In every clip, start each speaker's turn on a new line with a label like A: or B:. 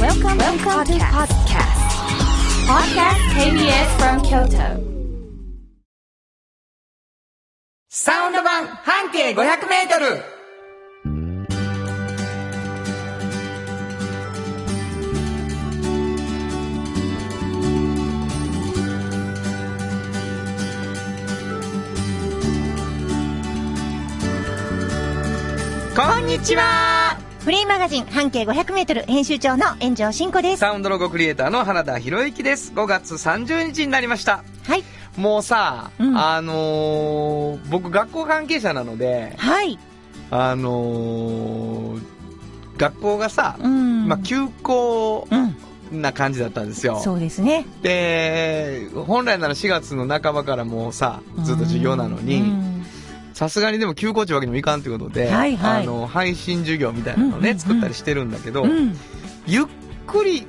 A: Welcome, Welcome to podcast. Podcast KBS from Kyoto.
B: サウンド版半径500メートルこんにちは
C: フリーマガジン半径500メートル編集長の炎上真子です。
B: サウンドロゴクリエイターの花田博之です。5月30日になりました。
C: はい。
B: もうさ、
C: うん
B: あのー僕学校関係者なので、
C: はい。
B: あのー学校がさ、
C: うん。
B: まあ、休校
C: うん。
B: な感じだったんですよ。
C: そうですね。
B: で、本来なら4月の半ばからもうさ、ずっと授業なの
C: う
B: に、
C: ん
B: さすがにでも休校中わけにもいかんということで、
C: はいはい
B: あの、配信授業みたいなのを
C: うんうんう
B: ね、
C: ん
B: 作ったりしてるんだけど
C: う、ん。
B: ゆっくり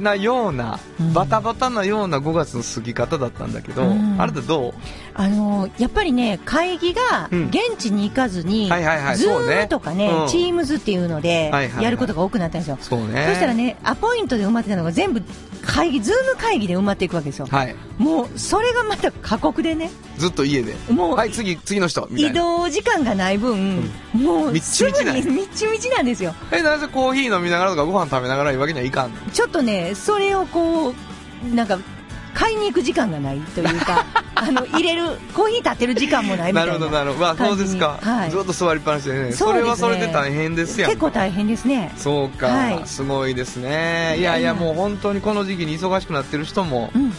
B: なような
C: うん、
B: バタバタなような5月の過ぎ方だったんだけど、
C: うん
B: あなたどう
C: あのーやっぱりね、会議が
B: うん
C: 現地に行かずに、
B: はいはいはい
C: ズ
B: そう
C: ー
B: ね
C: ムとかね、
B: うん
C: チームズっていうので
B: はいはいは、い
C: やることが多くなったんですよ。
B: そうね。
C: そしたらね、アポイントで埋まってたのが全部会議、ズーム会議で埋まっていくわけですよ。
B: はい。
C: もう、それがまた過酷でね、
B: ずっと家で。
C: もう
B: はい、次、次の人。みた
C: 移
B: いな。
C: 動時間がない分、もう、
B: みっち
C: す
B: み
C: ぐ
B: ちなんや
C: に、みっちみちなんですよ。
B: え、なぜコーヒー飲みながらとかご飯食べながらいうわけにはいかんの
C: ちょっとね、それをこう、なんか、買いに行く時間がないという か、あの、入れる、コーヒー立てる時間もないみた
B: ないる
C: な。
B: ほど、なるほど。わ、そうですか。
C: はい
B: ずっと座りっぱなしでね。そ
C: そうですね
B: れはそれで大変ですやん
C: 結構大変ですね。
B: そうか、
C: はい
B: すごいですね。いやいや、もう本当にこの時期に忙しくなってる人も
C: う、ん。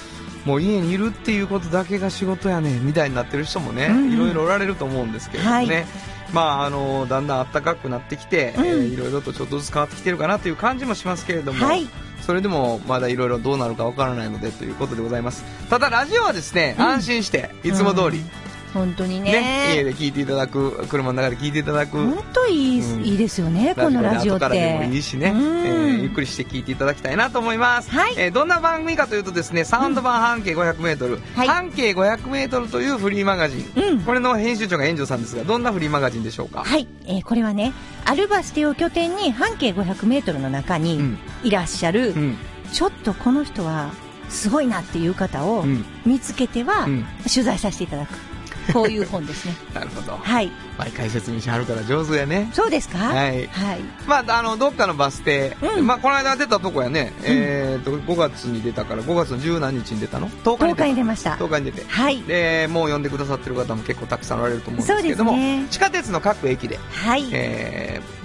B: もう家にいるっていうことだけが仕事やねんみたいになってる人もね、
C: うんうん
B: いろいろおられると思うんですけれどもね。
C: はい
B: まあ、あのだんだん暖かくなってきて、
C: うん
B: えーいろいろとちょっとずつ変わってきてるかなという感じもしますけれども、
C: はい。
B: それでもまだいろいろどうなるかわからないのでということでございますただラジオはですね、
C: うん
B: 安心していつも通り、
C: うん本当に
B: ね家
C: ね。
B: で聞いていただく車の中で聞いていただく、
C: 本当いい、
B: うん
C: いいですよね、このラジオっ
B: で後からでも
C: て。
B: いいしね、え
C: うん
B: ーゆっくりして聞いていただきたいなと思います、
C: はい
B: えーどんな番組かというとですねサウンド版半径 500m、
C: はい
B: 半径 500m というフリーマガジン、
C: うん
B: これの編集長が炎上さんですがどんなフリーマガジンでしょうか
C: はい、えーこれはね、アルバステを拠点に半径500メートルの中
B: う
C: に
B: ん
C: いらっしゃる、
B: うん
C: ちょっとこの人はすごいなっていう方を
B: うん
C: 見つけては、
B: うん
C: 取材させていただく。こういう本 ですね。
B: なるほど
C: はい。
B: 毎回説明しはるから上手やね
C: そうですか
B: はい
C: はい。
B: まあ、あのどっかのバス停、
C: うん
B: まあ、この間出たとこやね、えー、と5月に出たから5月の十何日に出たの10日に
C: 10日
B: 出
C: に出ました
B: た。10日に出て
C: はい。
B: でもう呼んでくださってる方も結構たくさんおられると思うんです
C: そう
B: け
C: で
B: れ
C: す
B: ども、
C: ね。
B: 地下鉄の各駅で、
C: はい。
B: えー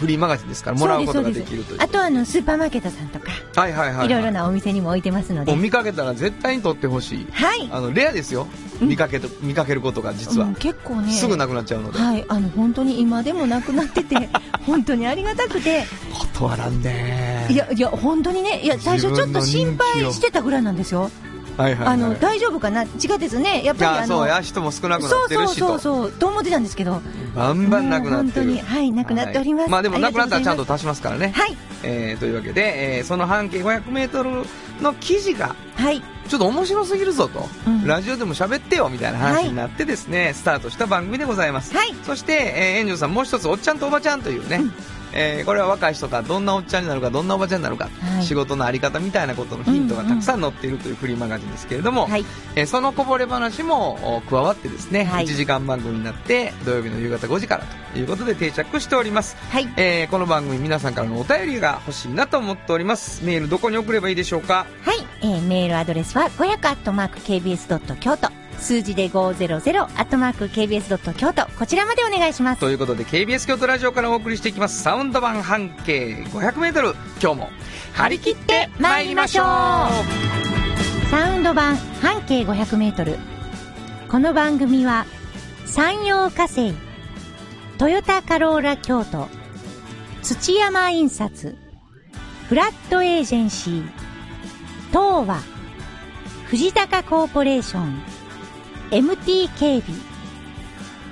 B: フリーマガジンですからもらうことができるという
C: あとあの、スーパーマーケットさんとか、
B: はいはいはい
C: いろいろなお店にも置いてますので。
B: もう
C: は
B: 見かけたら絶対に取ってほしい
C: い。
B: あのレアですよ
C: うん
B: 見かけと見かけることが実は、
C: うん結構ね。
B: すぐなくなっちゃうので、
C: はい。あの、本当に今でもなくなっ てて、本当にありがたくて、
B: 断らんね
C: いや、いや、本当にね、いや、最初ちょっと心配してたぐらいなんですよ。
B: はいはいはい、
C: あの、大丈夫かな地下鉄ね、やっ
B: い
C: ぱり
B: や
C: あの、
B: そうや人も少なくな
C: そ
B: っ
C: う
B: てる
C: そう
B: し
C: そ
B: と
C: うそう、と思ってたんですけど、
B: バンバンなくなって
C: も
B: る
C: う本当にはいなくなっております
B: はいまあでも
C: あり
B: な
C: が
B: く
C: と
B: なった
C: うござ
B: ら
C: います
B: ちゃんと足しますからね、
C: はい、
B: えーというわけで、えーその半径 500m の記事が
C: はい、
B: ちょっと面白すぎるぞと、
C: うん
B: ラジオでも喋ってよみたいな話になってですね、スタートした番組でございます、
C: はい
B: そして、えー、炎上さんもう一つおっちゃんとおばちゃんというね、
C: うん
B: えーこれは若い人がどんなおっちゃんになるかどんなおばちゃんになるか、
C: はい
B: 仕事のあり方みたいなことのヒントがたくさん載っているというフリーマガジンですけれども、
C: はい、
B: えーそのこぼれ話もお加わってですね、
C: はい
B: 1時間番組になって土曜日の夕方5時からということで定着しております、
C: はい。
B: えーこの番組皆さんからのお便りが欲しいなと思っておりますメールどこに送ればいいでしょうか
C: はい、えーメールアドレスは5 0 0 k b s k y o t 数字で5 0 0 k b s k y o t こちらまでお願いします
B: ということで KBS 京都ラジオからお送りしていきますサウンド版半径 500m 今日も張り切ってまいりましょう
C: サウンド版半径5 0 0ルこの番組は山陽火星トヨタカローラ京都土山印刷フラットエージェンシー東和藤高コーポレーション MT 警備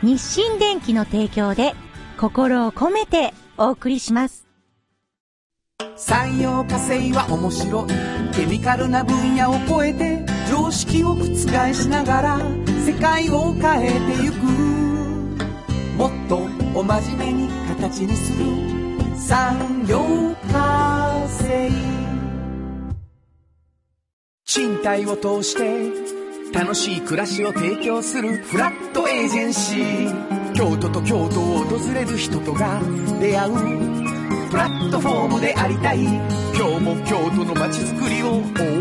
C: 日清電機の提供で心を込めてお送りします
D: 産業化成は面白いケミカルな分野を超えて常識を覆しながら世界を変えてゆくもっとおまじめに形にする産業化成体を通して楽しい暮らしを提供するフラットエージェンシー京都と京都を訪れる人とが出会うプラットフォームでありたい今日も京都の街づくりを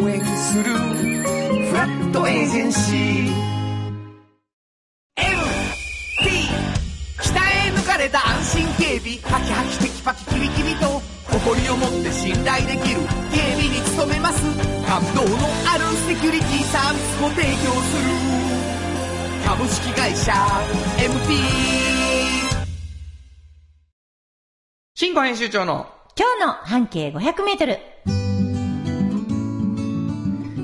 D: 応援するフラットエージェンシー MT 鍛え抜かれた安心警備ハキハキテキパキキビキビと誇りを持って信頼できる警備に努めます感動のあるセキュリティサービスを提供する株式会社 MT
B: 新語編集長の
C: 今日の半径500メートル。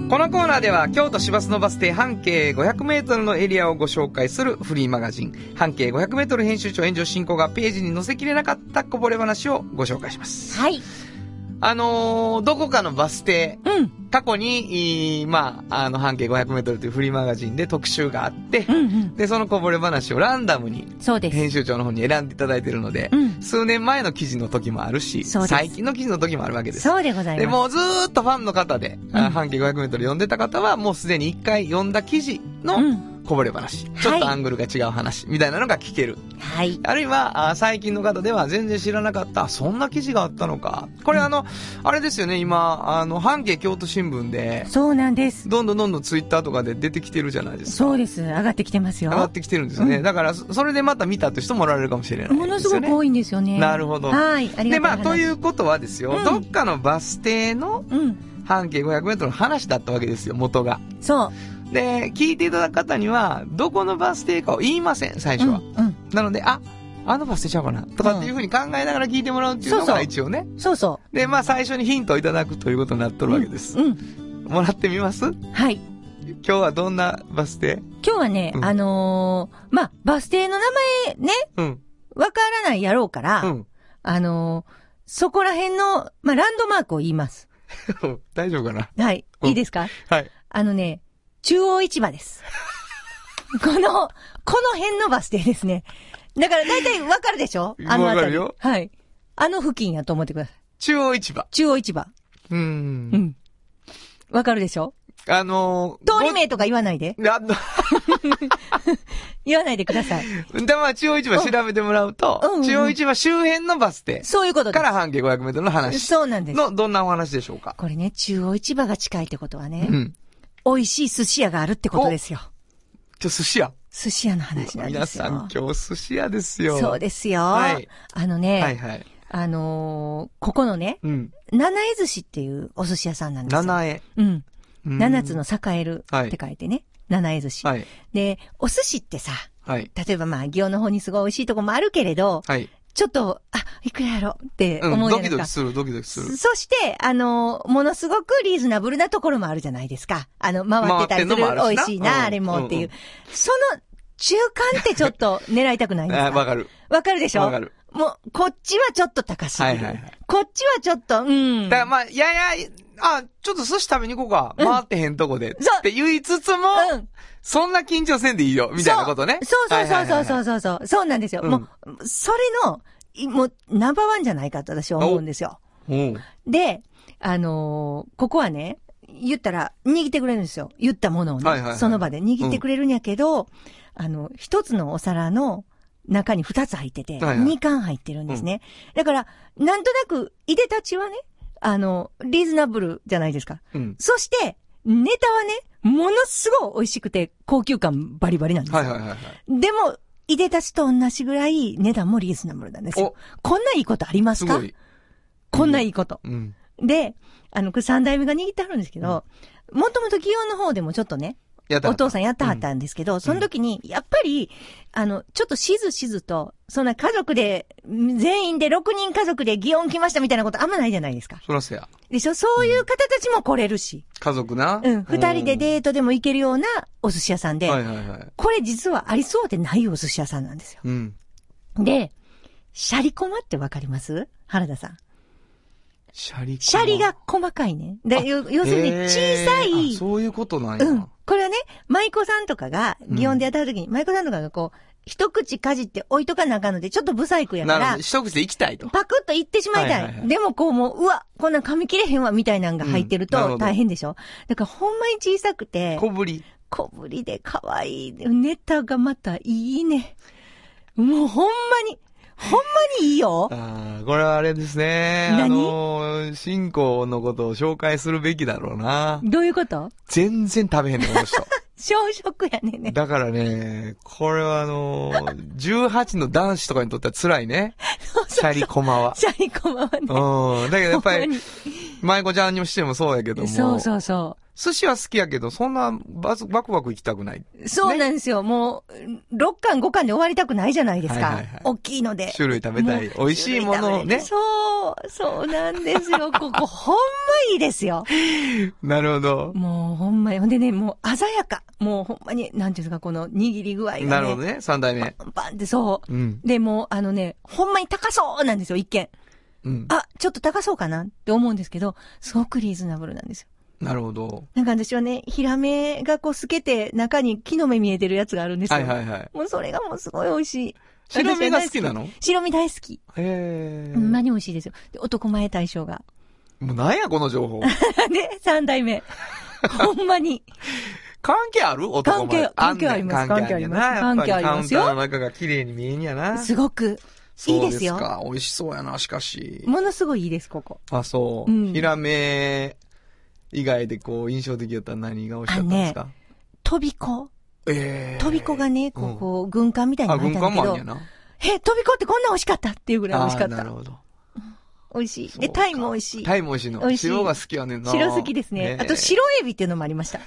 B: このコーナーでは京都市バスのバス停半径500メートルのエリアをご紹介するフリーマガジン半径500メートル編集長炎上進行がページに載せきれなかったこぼれ話をご紹介します。
C: はい。
B: あのーどこかのバス停、
C: うん。
B: 過去に、いーまあ、あの半径500メートルというフリーマガジンで特集があって、
C: うんうん。
B: で、そのこぼれ話をランダムに
C: そうです。
B: 編集長の方に選んでいただいてるので、
C: うん
B: 数年前の記事の時もあるし、
C: そうです
B: 最近の記事の時もあるわけです。
C: そうでございます。
B: で、もうずーっとファンの方で、あ
C: うん
B: 半径500メートル読んでた方は、もうすでに一回読んだ記事
C: う
B: の
C: ん。
B: こぼれ話、
C: はい
B: ちょっとアングルが違う話、みたいなのが聞ける。
C: はい。
B: あるいは、あ最近の方では全然知らなかった、あそんな記事があったのか。これあの、あれですよね、今、あの、半径京都新聞で、
C: そうなんです。
B: どんどんどんどんツイッターとかで出てきてるじゃないですか。
C: そうです。上がってきてますよ。
B: 上がってきてるんですよね。だから、そそれでまた見たって人もおられるかもしれない、
C: ものすごく多いんですよね。
B: なるほど
C: はい。ありがとうございます。
B: で、まあ、ということはですよ、
C: うん
B: どっかのバス停の
C: うん。
B: 半径500メートルの話だったわけですよ、元が。
C: そう。
B: で、聞いていただく方には、どこのバス停かを言いません、最
C: う
B: 初
C: ん。
B: は。
C: うん。
B: なので、あ、あのバス停ちゃうかな、とかっていうふうに考えながら聞いてもらうっていうの
C: そう
B: が
C: そう
B: 一応ね。
C: そうそ
B: で、まあ、最初にヒントをいただくということになっと
C: う。
B: るわけです。
C: うん。
B: もらってみます
C: うんはい。
B: 今日はどんなバス停
C: 今日はね、
B: うん
C: あのーまあ、バス停の名前ね、
B: うん。
C: わからないやろうから、
B: うん。
C: あのーそこら辺の、まあ、ランドマークを言います。
B: 大丈夫かな
C: はい。
B: うん
C: いいですか、
B: はい。
C: あのね、中央市場です。 この、この辺のバス停ですね。だから大体わかるでしょあの辺り。
B: わかるよ
C: はい。あの付近やと思ってください。
B: 中央市場。
C: 中央市場。
B: う。
C: うんん。わかるでしょ
B: あのー、
C: 通り名とか言わないで。
B: ごあの
C: 言わないでください。
B: で、まあ、中央市場調べてもらうと、
C: うんうんうん
B: 中央市場周辺のバス停
C: そういうことで
B: から半径500メートルの
C: す。
B: 話
C: そうなんです。
B: のどんなお話でしょうか
C: これね、中央市場が近いってことはね、
B: うん。
C: 美味しい寿司屋があるってことですよ。
B: ちょ、寿司屋。
C: 寿司屋の話なんで
B: 皆
C: すよ。
B: さん今日寿司屋ですよ。
C: そうですよ。
B: はい
C: あのね、
B: はいはい。
C: あのーここのね、
B: うん。
C: 七重寿司っていうお寿司屋さんなんですよ。
B: 七重。
C: うん。
B: うん
C: 七つの。栄えるって書いてね。七重寿司、
B: はい。
C: で、お寿司ってさ、
B: はい。
C: 例えばまあ、祇園の方にすごい美味しいとこもあるけれど、
B: はい。
C: ちょっと、あ、いくらやろうって
B: うん。
C: 思うじ
B: ド
C: ゃな
B: キ
C: いです
B: ド
C: か。
B: キする、ドキドキする。
C: そして、あの、ものすごくリーズナブルなところもあるじゃないですか。あの、回ってたり
B: 回ってん
C: する、
B: のもあるし
C: 美
B: な
C: 味しいな、
B: うん
C: あれもっていう。
B: うん
C: その、中間ってちょっと狙いたくな いです
B: あ
C: か
B: わかる。
C: わかるでしょ
B: わかる。
C: もう、こっちはちょっと高すぎ
B: はい
C: る。
B: はいはい
C: こっちはちょっと、うん。
B: だからまあ、いやいや、あ、ちょっと寿司食べに行こうか。
C: うん
B: 回ってへんとこで。
C: そう
B: って言いつつも、
C: うん。
B: そんな緊張せんでいいよ、みたいなことね。。
C: そうそうそうそうそううそうそう。そうなんですよ。
B: うん
C: もう、それの、いもう、ナンバーワンじゃないかと私は思うんですよ。
B: うん。
C: で、あのーここはね、言ったら、握ってくれるんですよ。言ったものをね、
B: はいはいはい
C: その場で握ってくれるんやけど、あの、一つのお皿の中に二つ入ってて、
B: はいはい
C: 二貫入ってるんですね。だから、なんとなく、いでたちはね、あの、リーズナブルじゃないですか。
B: うん。
C: そして、ネタはね、ものすごい美味しくて、高級感バリバリなんですよ。
B: はいはいはいはい。
C: でも、いでたちと同じぐらい値段もリーズナブルなんですよ
B: お。、
C: こんないいことありま
B: す
C: すか
B: ごい。
C: こんないいこと。
B: うん。
C: で、あの、これ三代目が握ってはるんですけど、もともと祇園の方でもちょっとね、
B: やった
C: お父さんやってはったんですけど、その時に、やっぱり、あの、ちょっとしずしずと、そんな家族で、全員で6人家族で祇園来ましたみたいなことあんまないじゃないですか。
B: そらそや。
C: でしょそういう方たちも来れるし、
B: 家族な。
C: うん、二人でデートでも行けるようなお寿司屋さんで、
B: はいはいはい。
C: これ実はありそうでないお寿司屋さんなんですよ。
B: うん。
C: で、シャリコマってわかります原田さん。
B: シャリか
C: シャリが細かいね。で、よ要するに小さ
B: へー
C: い
B: あ、そういうことなんや。
C: うん。これはね、舞妓さんとかが、
B: うん
C: 祇園でやった時に、舞妓さんとかがこう、一口かじって置いとかなあかんので、ちょっとブサイクや
B: な
C: か
B: るほ
C: ら
B: ど。、一口で行きたいと。
C: パクッといってしまいたい。
B: はいはいはい
C: でもこうもう、うわ、こんなん噛み切れへんわ、みたいなんが入ってる
B: うんなる
C: と
B: ほど
C: 大変でしょ、だからほんまに小さくて、
B: 小ぶり。
C: 小ぶりで可愛い。ネタがまたいいね。もうほんまに、ほんまにいいよ。
B: ああ、これはあれですね。
C: 何
B: あのー、信仰のことを紹介するべきだろうな。
C: どういうこと
B: 全然食べへんの、この人。
C: 小食や ねんね。
B: だからね、これはあのー、18の男子とかにとっては辛いね。シャリコマ は。
C: シャイコマはね。
B: うん。だけどやっぱ
C: ほんまに
B: り、舞子ちゃんにもしてもそうやけども。
C: そうそうそう。
B: 寿司は好きやけど、そんなバズバクバク行きたくない。
C: そうなんですよ。もう、6巻、5巻で終わりたくないじゃないですか。
B: はいはいはい
C: 大きいので。
B: 種類食べたい。
C: も
B: 美
C: う
B: 味しいものをね。
C: そう、そうなんですよ。ここ、ほんまいいですよ。
B: なるほど。
C: もう、ほんまに。ほんでね、もう、鮮やか。もう、ほんまに、なんていうんですか、この、握り具合が、ね。
B: なるほどね。三代目。
C: パンパンって、そ
B: うん。
C: う。で、もう、あのね、ほんまに高そうなんですよ、一見。
B: うん。
C: あ、ちょっと高そうかなって思うんですけど、すごくリーズナブルなんですよ。
B: なるほど。
C: なんか私はね、ヒラメがこう透けて、中に木の芽見えてるやつがあるんですよ。
B: はいはいはい。
C: もうそれがもうすごい美味しい。
B: 白身が好きなのへ
C: 白身大好き。
B: え。
C: ほんまに美味しいですよ。で、男前大将が。
B: もうなんやこの情報。
C: で、三 代目。ほんまに。
B: 関係ある男前
C: 関係関係あります
B: んねん
C: 関係あり
B: やっぱ
C: ますよ
B: カウンターの中が綺麗に見えんやな。
C: すごく、いいです
B: そうです
C: よ。
B: か。美味しそうやな、しかし。
C: ものすごいいいです、ここ。
B: あ、そう。
C: うん
B: ヒラメ以外でこう、印象的だったら何が美味しかったんですか、
C: 飛び子。
B: ええ
C: 飛び子がね、こう、こう軍艦みたいに
B: あ、
C: なって
B: 軍
C: たんだ
B: 艦
C: け
B: もあ
C: ど
B: るんや、な。
C: え、飛び子ってこんな美味しかったっていうぐらい美味しかっ
B: あーなる
C: た。
B: ほど。
C: 美味しい。
B: そう
C: で、
B: か
C: タイも美味しい。
B: タイも美味しいの。
C: 美味しい
B: 白が好きやねんな。
C: 白好きです
B: え
C: ね。あと、白エビっていうのもあり ました。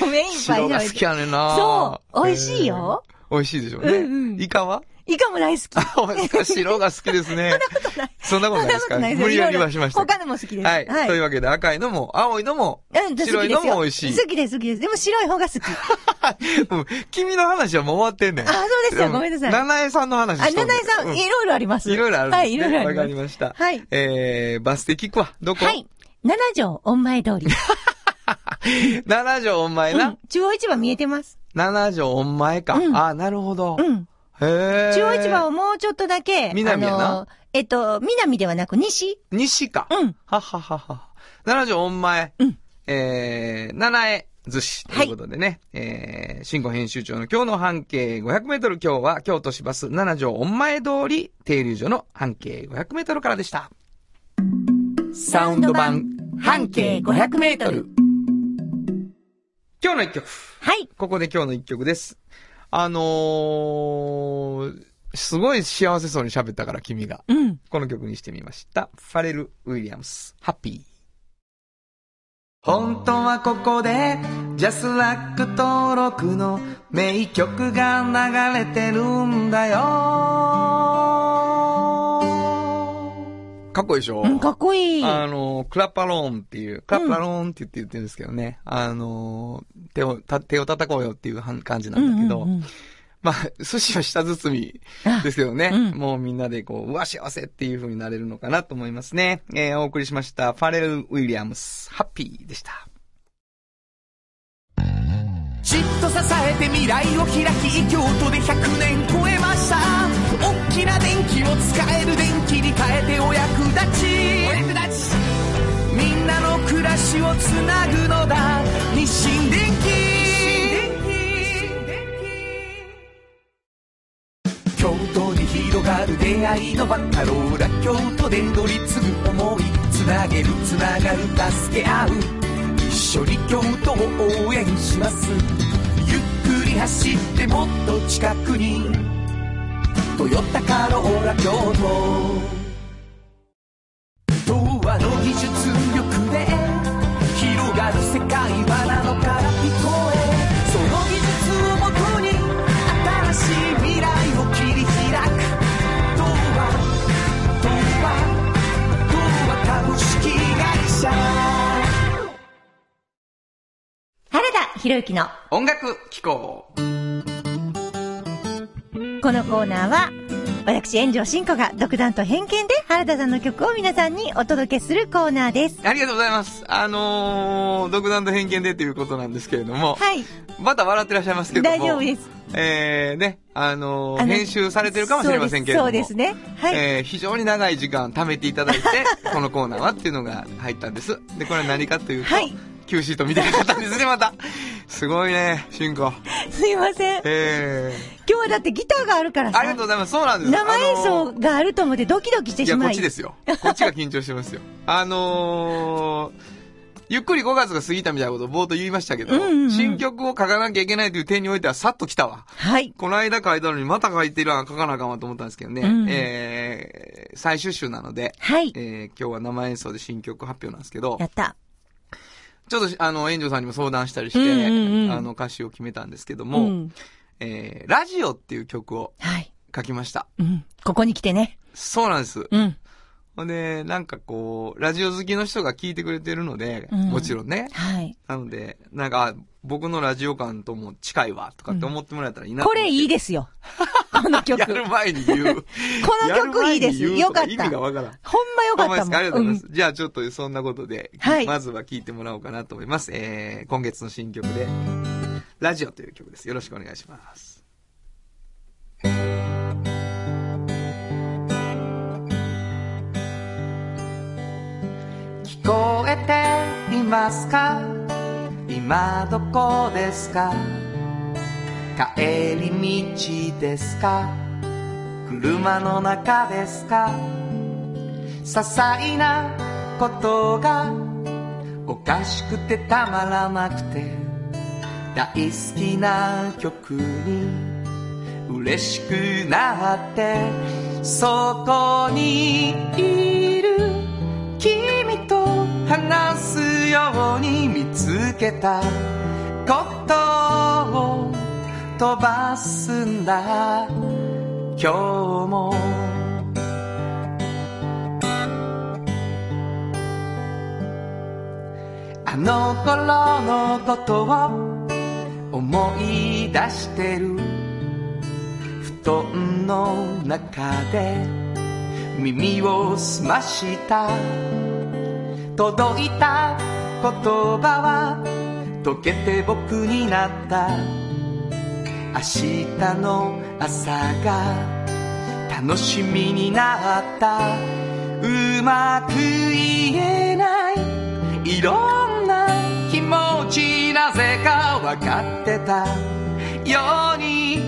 C: ごめん、いっぱ
B: 白
C: い食
B: が
C: べ
B: 好
C: て
B: き。やねんな。
C: そう美味しいよ
B: えー。美味しいでしょうね。
C: うんうん
B: イカは
C: イカも大好き。そ
B: お前白が好きですね。そんなことない。ですか
C: ですよ
B: 無理やりはしましたけど
C: 他のも好きです。
B: はい。というわけで、赤いのも、青いのも、
C: うん、好きですよ
B: 白いのも美味しい
C: 好きです、好きです。でも白い方が 好き。
B: うん君の話はもう終わってんねん。
C: あそうですよ
B: ん
C: ごめんなさい
B: 七重さんの話
C: あ、
B: しと
C: 七
B: んねん
C: 重さ、
B: うん
C: いろいろあります。
B: いろいろあるんですね
C: はい、いろいろあり
B: わ
C: ま
B: か
C: す。
B: りました。
C: はい
B: えー、バス停聞くわ。どこ
C: はい。七条、御前通り。
B: 七条お前
C: う。
B: なん
C: 中央市場見えてます。
B: 七条お前か。
C: うん
B: あ、なるほど。
C: うん。
B: へー
C: 中央市場をもうちょっとだけ、
B: 南やな
C: あの、えっと、南ではなく西。
B: 西か。
C: うん。
B: はははは。七条お前。
C: うん
B: えー、七重寿司ということでね。えー、新語編集長の今日の半径500メートル。今日は京都市バス七条お前通り停留所の半径500メートルからでした。
D: サウンド版半径500メートル
B: 今日の一曲。
C: はい。
B: ここで今日の一曲です。あのー、すごい幸せそうに喋ったから君が。
C: うん。
B: この曲にしてみました。ファレル・ウィリアムス、ハッピー。本当はここで、ジャスラック登録の名曲が流れてるんだよ。かっこいいでしょ、
C: うん、かっこいい。
B: あの、クラパローンっていう、クラパローンって言って言ってるんですけどね。あの、手を、た手を叩こうよっていうはん感じなんだけど、
C: うんうんうん
B: まあ、寿司は舌包みですけどね、
C: あうん
B: もうみんなでこう、うわ、幸せっていう風になれるのかなと思いますね。えーお送りしました、ファレル・ウィリアムス、ハッピーでした。
D: じっと支えて未来を開き京都で100年超えました大きな電気を使える電気に変えてお役立ちお役立ちみんなの暮らしをつなぐのだ日清電気京都に広がる出会いのバカローラ京都で乗り継ぐ思いつなげるつながる助け合う一緒に京都を応援しますゆっくり走ってもっと近くに「トヨタカローラ京都」童話の技術力で広がる世界はなのから聞こえその技術をもとに新しい未来を切り開く童話童話童話株式会社
C: 原田博之の
B: 音楽機構。
C: このコーナーは、私、炎上真子が独断と偏見で原田さんの曲を皆さんにお届けするコーナーです。
B: ありがとうございます。あのー、独断と偏見でということなんですけれども、
C: はい。
B: また笑ってらっしゃいますけども、
C: 大丈夫です。
B: えー、ね、あのー
C: あの
B: 編集されてるかもしれませんけれども、
C: そうですそうですね。はい。
B: えー非常に長い時間貯めてい ただいて、このコーナーはっていうのが入ったんです。で、これは何かというと、
C: はい
B: 旧シート見てなかったんですね、ま た。すごいね、しんこ。
C: すいません。今
B: え
C: 日はだってギターがあるから
B: ー、
C: さ。
B: ありがとうございます。そうなんです。
C: 生演
B: あの
C: 奏
B: ー
C: があると思ってドキドキして
B: い
C: し
B: や、こ
C: ま
B: っ
C: い。
B: ちですよ。こっちが緊張して ますよ。あのー、ゆっくり5月が過ぎたみたいなことを冒頭言いましたけど、
C: うんうんうん
B: 新曲を書かなきゃいけないという点においてはさっと来たわ。
C: はい。
B: この間書いたのにまた書いてるわ書かなあかんわと思ったんですけどね、
C: うん
B: えー、最終週なので、
C: はい。
B: えー、今日は生演奏で新曲発表なんですけど
C: や、った。
B: ちょっとあの、炎上さんにも相談したりして、
C: うんうんうん
B: あの、歌詞を決めたんですけども、
C: ん。
B: えー、ラジオっていう曲を
C: はい。
B: 書きました。
C: うん。ここに来てね。
B: そうなんです。
C: うん。
B: ほんで、なんかこう、ラジオ好きの人が聞いてくれてるので、
C: うん
B: もちろんね。
C: はい。
B: なので、なんか、あ僕のラジオ感とも近いわ、とかって思ってもらえたらいいなと
C: こ
B: 思って
C: れいいで すよ。この曲。
B: や
C: こ
B: る前に言う。
C: の曲いいです。
B: やる前に言う
C: よかっ
B: 意
C: た。
B: 味
C: ほ
B: が
C: ん
B: わからん。
C: まよか
B: あ
C: っ
B: んまで
C: た
B: す
C: も
B: かあ
C: ん。
B: りがとうございます。
C: うん
B: じゃあちょっとそんなことで、
C: はい
B: まずは聞いてもらおうかなと思います。えー、今月の新曲で、ラジオという曲です。よろしくお願いします。
D: 聞こえていますか今どこですか帰り道ですか車の中ですか些細なことがおかしくてたまらなくて大好きな曲に嬉しくなってそこにいる君と話すように見つけたことを飛ばすんだ今日もあの頃のことを思い出してる布団の中で耳を澄ました届いた言葉は溶けて僕になった明日の朝が楽しみになったうまく言えないいろんな気持ちなぜか分かってたように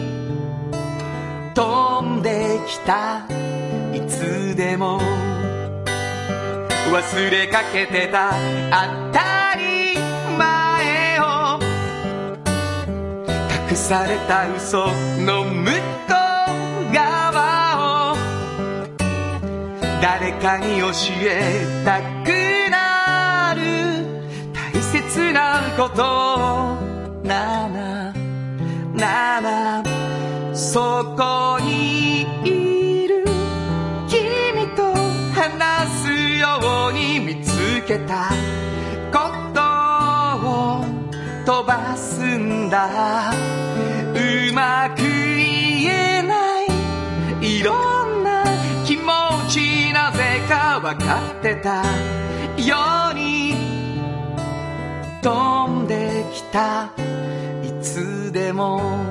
D: 飛んできたいつでも忘れかけてた当たり前を隠された嘘の向こう側を誰かに教えたくなる大切なことをなあなあなあなあそこにいる君と話すように見つけたことを飛ばすんだうまく言えないいろんな気持ちなぜか分かってたように飛んできたいつでも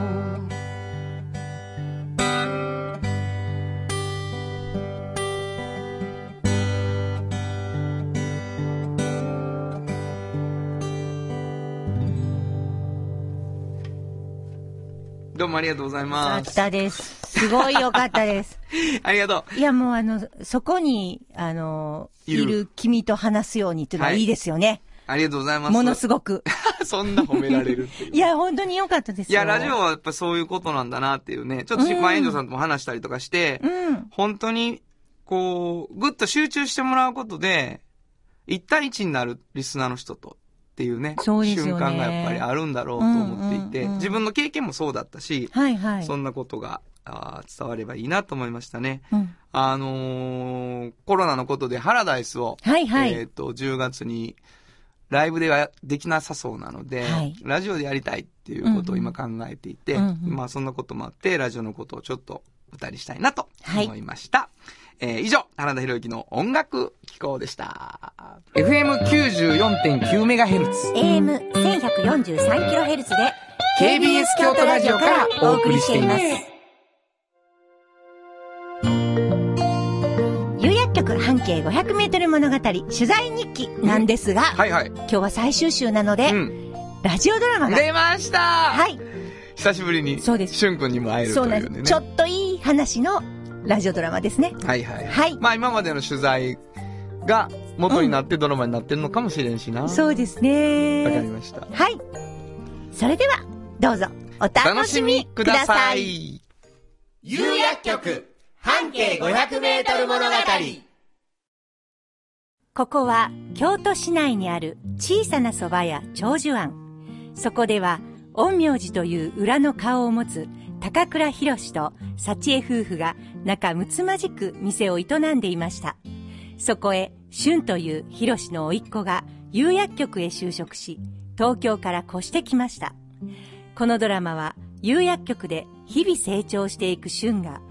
B: どうもありがとうござい
C: あ
B: ま
C: っ
B: す。
C: たです。すごいよかったです。
B: ありがと
C: いや、もうあの、そこに、あの、
B: いる
C: いる君と話すようにっていうのは
B: はい
C: いいですよね。
B: う。ありがとうございます。
C: ものすごく。
B: そんな褒められるっていう。
C: いや、本当によかったです
B: い
C: よ。
B: や、ラジオはやっぱそういうことなんだなっていうね。ちょっとシッパーエンジョさんとも話したりとかして、
C: うん。
B: 本当に、こう、ぐっと集中してもらうことで、一対一になるリスナーの人とっていうね、
C: そうですよ
B: 瞬
C: ね
B: 間がやっぱりあるんだろうと思っていて、
C: うんうんうん
B: 自分の経験もそうだったし、
C: はいはい。
B: そんなことがあー伝わればいいなと思いましたね。
C: うん
B: あのーコロナのことでハラダイスを、
C: はいは
B: えっ、
C: い。
B: と、10月に、ライブではできなさそうなので、
C: はい
B: ラジオでやりたいっていうことを今考えていて、
C: うんうん
B: まあそんなこともあって、ラジオのことをちょっと歌にしたいなと思いました。えー以上、原田博之の音楽機構でした。FM94.9MHz。
C: AM1143kHz で
B: KBS 京都ラジオからお送りしています。
C: 有薬局半径 500m 物語取材日記なんですが、
B: はいはい。
C: 今日は最終週なので、
B: うん。
C: ラジオドラマが、
B: 出ました
C: はい、
B: 久しぶりに、
C: そうです
B: しゅんくんにも会える
C: そ
B: と
C: う
B: い
C: なん
B: う
C: で
B: ね。
C: す。ちょっといい話のラジオドラマですね。
B: はいはい。
C: はい
B: まあ今までの取材が元になってドラマになってるのかもしれんしな。
C: そうです
B: わかり
C: ね。
B: ました。
C: はい。それでは、どうぞ、お楽しみください。
B: い。
E: 有薬局半径500メートル物語
C: ここは京都市内にある小さな蕎麦屋長寿庵。そこでは、陰陽寺という裏の顔を持つ高倉博士と幸江夫婦が仲睦まじく店を営んでいました。そこへ、俊という博士の甥っ子が有薬局へ就職し、東京から越してきました。このドラマは、有薬局で日々成長していく俊が、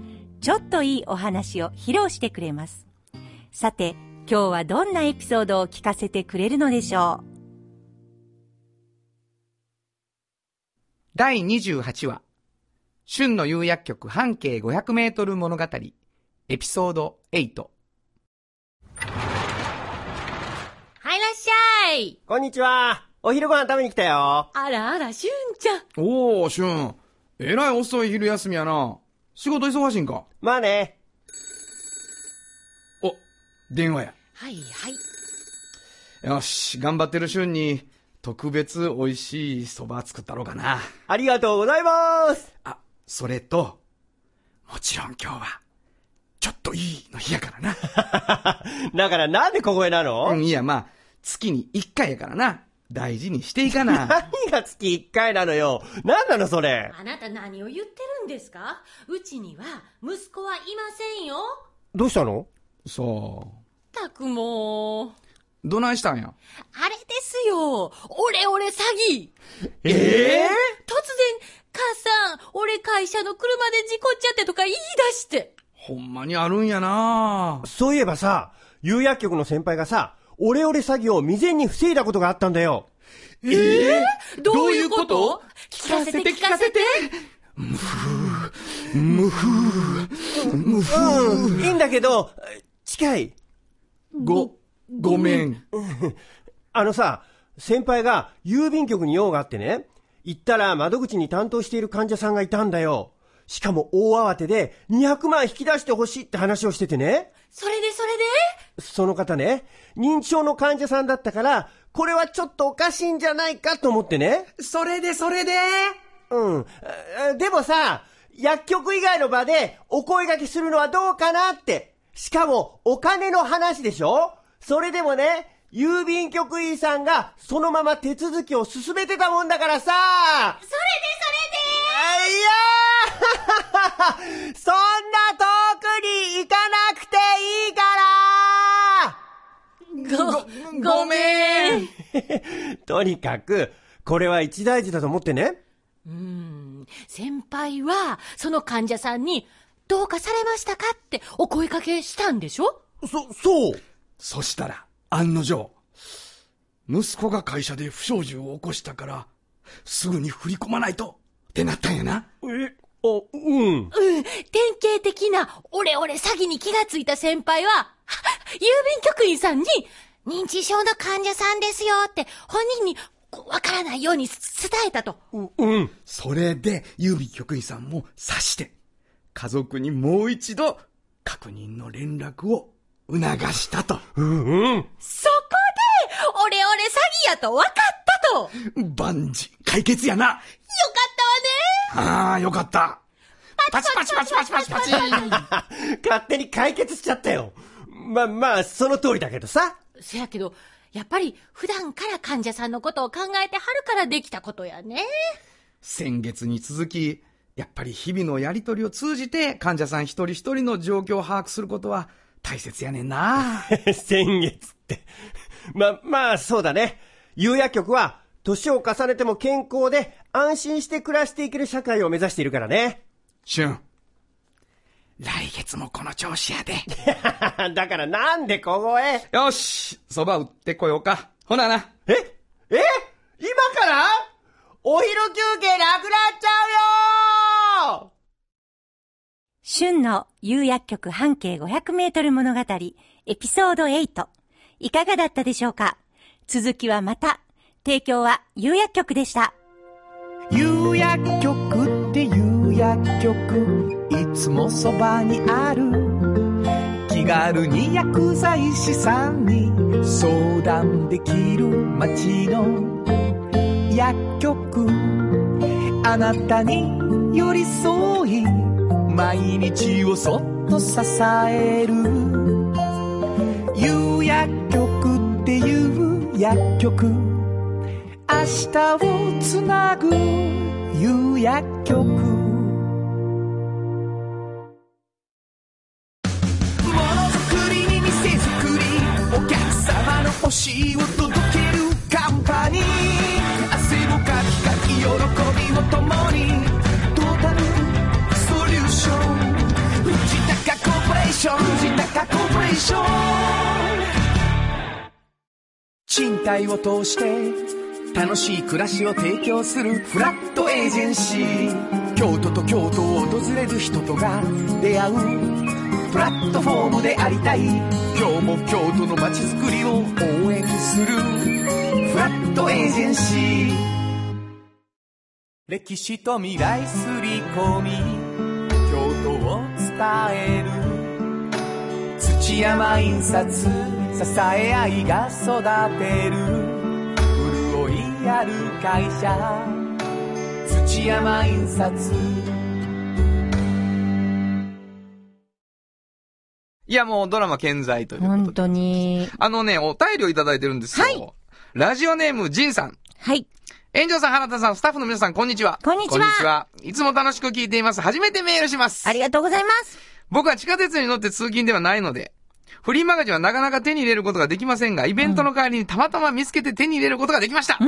C: ちょっといいお話を披露してくれます。さて、今日はどんなエピソードを聞かせてくれるのでしょ
B: 第28話、春の釉薬局半径500メートル物語、エピソード8。
A: はい、いらっしゃい。
E: こんにちは。お昼ご飯食べに来たよ。
A: あらあら、しゅんちゃん。
B: おー、春。えらい遅い昼休みやな。仕事忙しいんか
E: まあね。
B: お、電話や。
A: はいはい。
B: よし、頑張ってる春に、特別美味しい蕎麦作ったろうかな。
E: ありがとうございます。
B: あ、それと、もちろん今日は、ちょっといいの日やか らな。
E: だからなんで小声なの、
B: うん、いや、まあ、月に1回やからな。大事にしてい かな。
E: 何が月1回なのよ。なんなのそれ。
A: あなた何を言ってるんですかうちには息子はいませんよ。
E: どうしたの
B: そう。
A: たくもう。
B: どないしたんや
A: あれですよ。オレオレ詐欺。突
E: ええ
A: 然、母さん、俺会社の車で事故っちゃってとか言い出して。
B: ほんまにあるんやな
E: そういえばさ、有薬局の先輩がさ、オレオレ詐欺を未然に防いだことがあったんだよ。
B: ええ
A: どういうこと聞かせて聞かせて。
E: うん、いいんだけど、近い。
B: ご、ごめん。
E: あのさ、先輩が郵便局に用があってね、行ったら窓口に担当している患者さんがいたんだよ。しかも大慌てで200万引き出してほしいって話をしててね。
A: それでそれで
E: その方ね、認知症の患者さんだったから、これはちょっとおかしいんじゃないかと思ってね。
B: それでそれで
E: うん。あでもさ、薬局以外の場でお声掛けするのはどうかなって。しかも、お金の話でしょそれでもね、郵便局員さんがそのまま手続きを進めてたもんだからさあ
A: それでそれで
E: いやー そんな遠くに行かなくていいから
A: ご、
B: ごめ
A: ん。
E: とにかく、これは一大事だと思ってね。
A: うーん。先輩は、その患者さんに、どうかされましたかってお声かけしたんでしょ
E: そ、そう
B: そしたら、案の定、息子が会社で不祥事を起こしたから、すぐに振り込まないと、ってなったんやな。
E: え、あ、うん。
A: うん。典型的なオレオレ詐欺に気がついた先輩は、は 郵便局員さんに、認知症の患者さんですよって、本人に、こうわからないようにす伝えたと。
E: う、うん。
B: それで、郵便局員さんも刺して、家族にもう一度、確認の連絡を促したと。
E: うん、うん。
A: そこで、オレオレ詐欺やと分かったと。よかったわね。
B: 万事、解決やな。ああ、よかった。パチパチパチパチパチパチ。
E: 勝手に解決しちゃったよ。まあまあ、その通りだけどさ。
A: そやけど、やっぱり普段から患者さんのことを考えてはるからできたことやね。
B: 先月に続き、やっぱり日々のやりとりを通じて患者さん一人一人の状況を把握することは大切やねんな。
E: 先月って。ま、まあ、そうだね。有薬局は、年を重ねても健康で安心して暮らしていける社会を目指しているからね。
B: シュン、来月もこの調子やで。
E: だからなんで小声
B: よし、蕎麦売ってこようか。ほなな。
E: ええ今からお昼休憩なくなっちゃうよ
C: 旬の釉薬局半径500メートル物語、エピソード8。いかがだったでしょうか続きはまた。提供は釉薬局でした。
D: 有薬局って有薬局いつもそばにある気軽に薬剤師さんに相談できる街の薬局あなたに寄り添い毎日をそっと支える有薬局っていう薬局明日をつなぐ夕薬局ものづくりに店づくりお客様の欲しいを届けるカンパニー汗をかきかき喜びを共にトータルソリューション藤高コーポレーション藤高コーポレーション賃貸を通して楽しい暮らしを提供するフラットエージェンシー京都と京都を訪れる人とが出会うプラットフォームでありたい今日も京都の街づくりを応援するフラットエージェンシー歴史と未来すり込み京都を伝える土山印刷支え合いが育てる潤いある会社土山印刷
B: いや、もうドラマ健在ということで。
C: 本当に。
B: あのね、お便りをいただいてるんですよ。
C: はい
B: ラジオネーム、ジンさん。
C: はい。
B: 炎上さん、原田さん、スタッフの皆さん、こんにちは。
C: こんにちは
B: はいつも楽しく聞いています。初めてメールします。
C: ありがとうございます。
B: 僕は地下鉄に乗って通勤ではないので、フリーマガジンはなかなか手に入れることができませんが、イベントの代わりにたまたま見つけて手に入れることができました。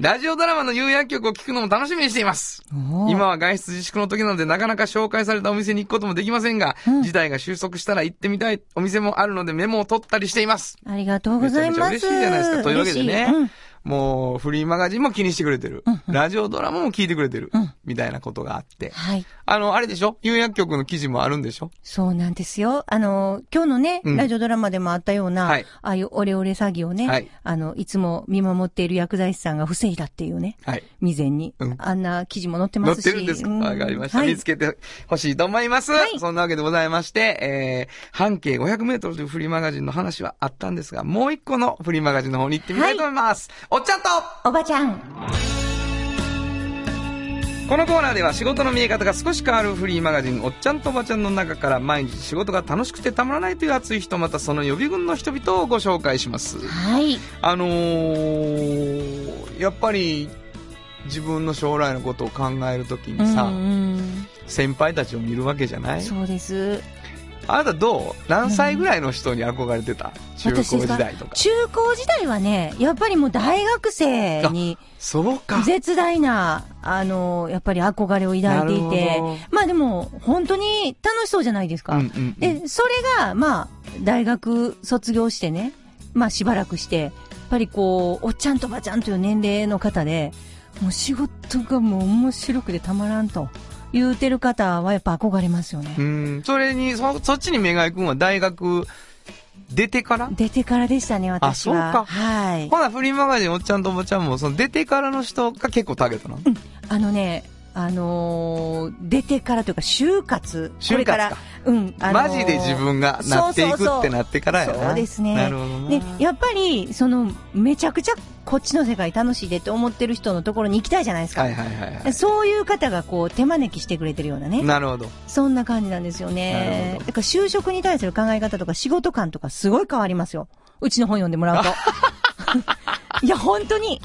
B: ラジオドラマの有薬局を聞くのも楽しみにしています。今は外出自粛の時なのでなかなか紹介されたお店に行くこともできませんが、事態が収束したら行ってみたいお店もあるのでメモを取ったりしています。
C: ありがとうございます。
B: めちゃめちゃ嬉しいじゃないですか。というわけでね、
C: 嬉しいうん
B: もうフリーマガジンも気にしてくれてる。ラジオドラマも聞いてくれてる。みたいなことがあって。
C: はい。
B: あの、あれでしょ有薬局の記事もあるんでしょ
C: そうなんですよ。あの、今日のね、
B: うん
C: ラジオドラマでもあったような、
B: はい
C: ああいうオレオレ詐欺をね、
B: はい
C: あの、いつも見守っている薬剤師さんが防いだっていうね、
B: はい。
C: 未然に、
B: うん
C: あんな記事も載って
B: 載
C: ま
B: っ
C: すし。
B: てるんですか
C: う
B: わかりました。
C: はい
B: 見つけてほしいと思います。
C: はい
B: そんなわけでございまして、えー、半径500メートルというフリーマガジンの話はあったんですが、もう一個のフリーマガジンの方に行ってみたいと思います。おっちゃんと
C: おばちゃん。
B: このコーナーでは仕事の見え方が少し変わるフリーマガジン、おっちゃんとおばちゃんの中から毎日仕事が楽しくてたまらないという熱い人、またその予備軍の人々をご紹介します。
C: はい。
B: あのー、やっぱり自分の将来のことを考えるときにさ、
C: うん
B: 先輩たちを見るわけじゃな
C: うん
B: い
C: そうです。
B: あなたどう何歳ぐらいの人に憧れてた、中高時代とか。
C: 中高時代はね、やっぱりもう大学生に
B: そうか。
C: 絶大な、あの、やっぱり憧れを抱いてい
B: な
C: て
B: るほど、
C: まあでも、本当に楽しそうじゃないです
B: う
C: か。
B: んうんうん、
C: で、それが、まあ、大学卒業してね、まあしばらくして、やっぱりこう、おっちゃんとばちゃんという年齢の方で、もう仕事がもう面白くてたまらんと言うてる方はやっぱ憧れますよね
B: う。ん、それに、そ、そっちに目が行くんは大学出てから
C: 出てからでしたね、私は。
B: あそうか
C: はい。
B: ほな、フリーマガジンおっちゃんとおばちゃんも、その出てからの人が結構ターゲットなの、
C: あのね、あのー出てからというか、就活。
B: 就活か
C: これから、うん、あのー
B: マジで自分がなってい
C: そう
B: く
C: そう
B: ってなってからやな。
C: そうですね
B: なるほどな。
C: で、やっぱり、その、めちゃくちゃこっちの世界楽しいでって思ってる人のところに行きたいじゃないですか。
B: はいはいはいは。
C: そういう方がこう手招きしてくれてるようないね。
B: なるほど。
C: そんな感じなんですよ
B: なる
C: ね
B: ほ。ど
C: だから就職に対する考え方とか仕事感とかすごい変わりますよ。うちの本読んで もらうと。いや、本当に。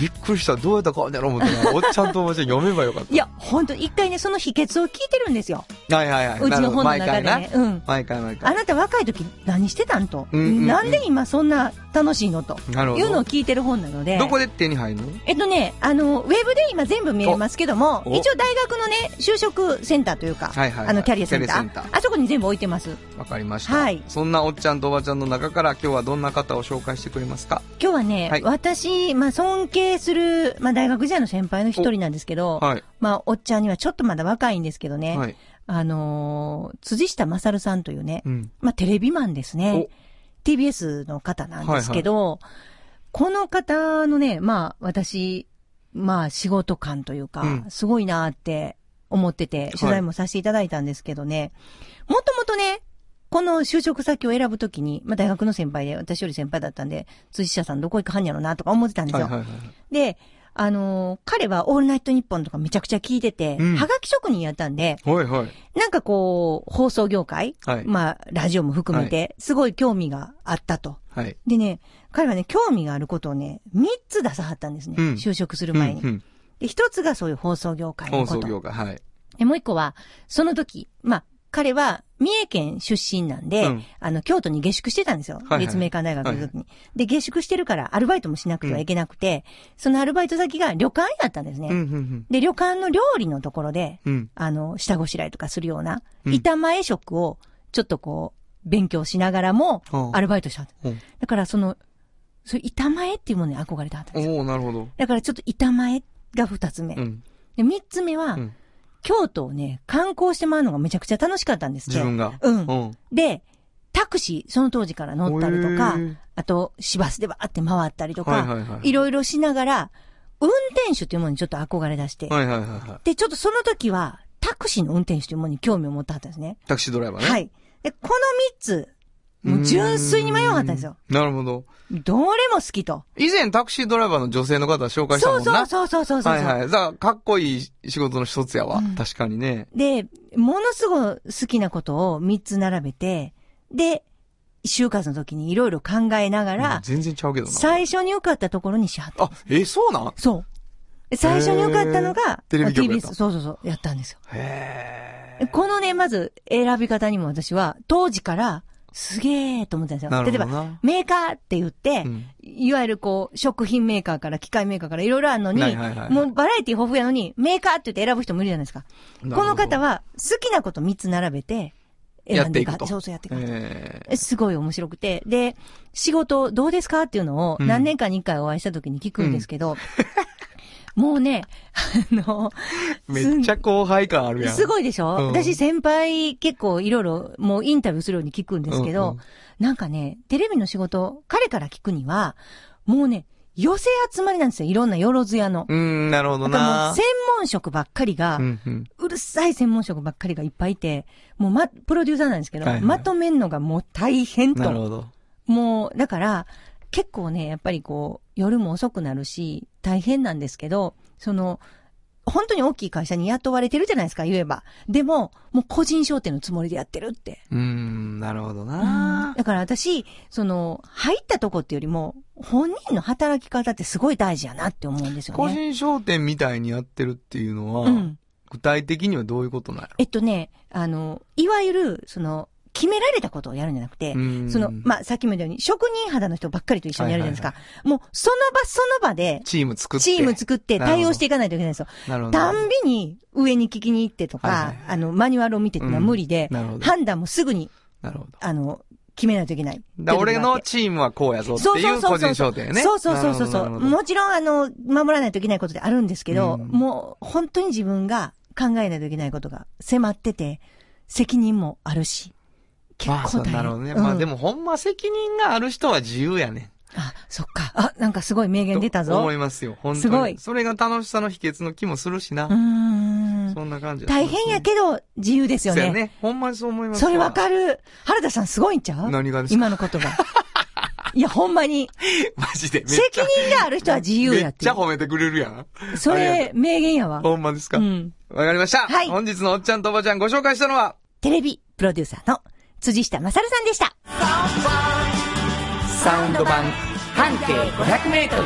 B: びっくりした。どうやったら変わんねやろ思ってな。おっちゃんとおばちゃん読めばよかった。
C: いや、本当一回ね、その秘訣を聞いてるんですよ。
B: はいはいはい。
C: うちの本の
B: なるほど
C: 中でね
B: 毎回な
C: うん
B: 毎回毎
C: あ
B: 回。
C: なた若い時何してたんと、
B: うんうんうん
C: なんで今そんな楽しいのと
B: なるほど
C: いうのを聞いてる本なので
B: どこで手に入るの
C: えっとねあのウェブで今全部見れますけども
B: おお
C: 一応大学のね就職センターというか、
B: はいはいはい
C: あのキャリアセンター
B: キャリアセンター
C: あそこに全部置いてます
B: わかりました、
C: はい
B: そんなおっちゃんとおばちゃんの中から今日はどんな方を紹介してくれますか
C: 今日はね、
B: はい
C: 私、まあ、尊敬する、まあ、大学時代の先輩の一人なんですけど、
B: はい。
C: まあ、おっちゃんにはちょっとまだ若いんですけどね、
B: はい。
C: あのー辻下勝さんというね、
B: うん。
C: まあ、テレビマンですね。TBS の方なんですけど、この方のね、まあ、私、まあ、仕事感というか、
B: うん
C: すごいなーって思ってて、取材もさせていただいたんですけどね、もともとね、この就職先を選ぶときに、まあ、大学の先輩で、私より先輩だったんで、辻社さんどこ行くはんやろなとか思ってたんです
B: はいは
C: よ。
B: いはい。
C: で、あのー彼はオールナイトニッポンとかめちゃくちゃ聞いてて、
B: うん
C: はがき職人やったんで、
B: はいはい。
C: なんかこう、放送業界、
B: はい
C: まあ、ラジオも含めて、すごい興味があったと。
B: はい。
C: でね、彼はね、興味があることをね、3つ出さはったんですね。
B: うん
C: 就職する前に。
B: うんうん
C: で、1つがそういう放送業界の
B: 放
C: こ
B: 送
C: と。
B: 業界。はい。
C: で、もう1個は、その時、まあ、彼は三重県出身なんで、
B: うん
C: あの、京都に下宿してたんですよ。
B: いはい
C: 立命館大学の時に、で、下宿してるからアルバイトもしなくてはいけなくて、そのアルバイト先が旅館やったんですね。
B: うんうん
C: で、旅館の料理のところで、
B: うん。うん。
C: あの、下ごしらえとかするような、
B: うん
C: 板前職を、ちょっとこう、勉強しながらも
B: は、あ
C: アルバイトしたんで
B: う
C: す。
B: ん
C: だからその、そういう板前っていうものに憧れてはったんですよ。
B: おおなるほど。
C: だからちょっと板前が二つ目。
B: うん。
C: で、三つ目は、
B: うん
C: 京都をね、観光して回るのがめちゃくちゃ楽しかったんですって
B: 自分が。
C: うん
B: うん。
C: で、タクシー、その当時から乗ったりとか
B: へー、
C: あと、市バスでバーって回ったりとか、
B: はい
C: い
B: はいはい
C: ろいろしながら、運転手っていうものにちょっと憧れ出して、
B: はいはいはいは
C: で、ちょっとその時は、タクシーの運転手というものに興味を持ったはったんですね。
B: い。タクシードライバーね。
C: はい。で、この三つ、もう純粋に迷わはったんですよ。
B: なるほど。
C: どれも好きと。
B: 以前タクシードライバーの女性の方紹介した
C: そ
B: も
C: うんそ
B: な。
C: うそうそうそうそう。
B: はいはい。だから、かっこいい仕事の一つやわ。確かにね。
C: で、ものすごい好きなことを三つ並べて、で、就活の時にいろいろ考えな
B: う
C: が
B: ん
C: ら、
B: 全然ちゃうけどな。
C: 最初に受かったところにしはった。
B: あ、え、そうなん
C: そう。最初に受かったのが、
B: テレビ局や
C: TBS
B: った
C: そうそうそう、やったんですよ。
B: へ
C: このね、まず選び方にも私は、当時から、すげえと思ってたんです
B: な
C: よ。
B: る
C: 例
B: ほ
C: え
B: どな
C: ば、メーカーって言って、
B: うん
C: いわゆるこう、食品メーカーから機械メーカーからいろいろあるのに、
B: はいはいはい
C: もうバラエティ豊富やのに、メーカーって言って選ぶ人もいるじゃないですか。
B: なるほ
C: こ
B: ど
C: の方は、好きなこと3つ並べて、
B: や
C: 選
B: っ
C: ん
B: て
C: で
B: い
C: か
B: くと。
C: そうそうやっていくと。
B: へー
C: すごい面白くて。で、仕事どうですかっていうのを
B: うん
C: 何年かに一回お会いした時に聞くんですけど、 もうね、あの、
B: めっちゃ後輩感あるやん。
C: すごいでしょ、
B: うん
C: 私先輩結構いろいろもうインタビューするように聞くんですけど、
B: うんうん
C: なんかね、テレビの仕事、彼から聞くには、もうね、寄せ集まりなんですよ。いろんなよろず屋の。
B: うーん、なるほど
C: あとも
B: な
C: う。専門職ばっかりが、
B: うんうん
C: うるさい専門職ばっかりがいっぱいいて、もうま、プロデューサーなんですけど、
B: はいはい
C: まとめんのがもう大変
B: なる
C: と。
B: ほど。
C: もう、だから、結構ね、やっぱりこう、夜も遅くなるし、大変なんですけど、その、本当に大きい会社に雇われてるじゃないですか、言えば。でも、もう個人商店のつもりでやってるって。
B: うーん、なるほどな。
C: だから私、その、入ったとこっていうよりも、本人の働き方ってすごい大事やなって思うんですよね。
B: 個人商店みたいにやってるっていうの
C: う
B: は
C: ん、
B: 具体的にはどういうことなんや
C: えっとね、あの、いわゆる、その、決められたことをやるんじゃなくて、
B: うん
C: その、まあ、さっきも言ったように、職人肌の人ばっかりと一緒にやるじゃないですか。もう、その場その場で
B: ろ、チーム作って。
C: チーム作って対応して
B: い
C: いかないといけないんですよ。
B: なるほど。
C: たんびに上に聞きに行ってとか、
B: はいはいはい
C: あの、マニュアルを見てっていうのは無理で、
B: うんなるほど
C: 判断もすぐに、
B: なるほど。
C: あの、決めないといけない。
B: だから俺の
C: って
B: チームはこうやぞって
C: そう
B: い
C: そう
B: う
C: そ
B: 個
C: うそ
B: 人
C: う。
B: 商店ね。
C: そうそうそうそう
B: な
C: そ
B: るほどなる
C: う。
B: ほど
C: もちろん、あの、守らないといけないことであるんですけ
B: う
C: ど、
B: ん
C: もう、本当に自分が考えないといけないことが迫ってて、責任もあるし、結
B: まあ、
C: 構
B: そう
C: 大変。
B: なるほどね。
C: うん
B: まあでもほんま責任がある人は自由やねん。
C: あ、そっか。あ、なんかすごい名言出た
B: と
C: ぞ。
B: 思
C: う
B: いますよ。本当に。
C: すごい
B: それが楽しさの秘訣の気もするしな。
C: ーん。
B: そんな感じ
C: 大変や
B: ど
C: けど、自由ですよ
B: そうや
C: ね。
B: ね。ほんまにそう思います
C: それわか
B: る。
C: る。原田さんすごいんちゃう
B: 何がですか
C: 今の言葉。いや、ほんまに。
B: マジで。めっちゃ
C: 責任がある人は自由や
B: め
C: っ
B: ってち。ゃ褒めてくれるやん。
C: そ
B: ありが
C: れ、名言やわ
B: とう。。ほんまですか。
C: う
B: わ、
C: ん
B: かりました。
C: はい
B: 本日のおっちゃんとおばちゃんご紹介したのは、
C: テレビプロデューサーの辻下勝さんでした。
D: サウンド版半径5 0 0メートル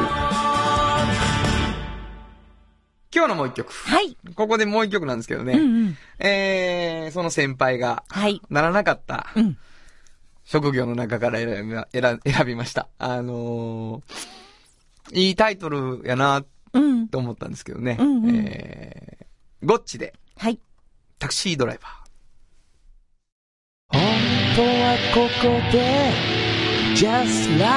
B: 今日のもう一曲。
C: はい。
B: ここでもう一曲なんですけどね。
C: うんうん。
B: えー、その先輩が、
C: はい。
B: ならなかった
C: うん。
B: 職業の中から選びま、選選びました。あのー、いいタイトルやな
C: うん。
B: と思ったんですけどね。
C: うんうん
B: えー、ゴッチで
C: はい。
B: タクシードライバー。
F: 本当はここで Just Like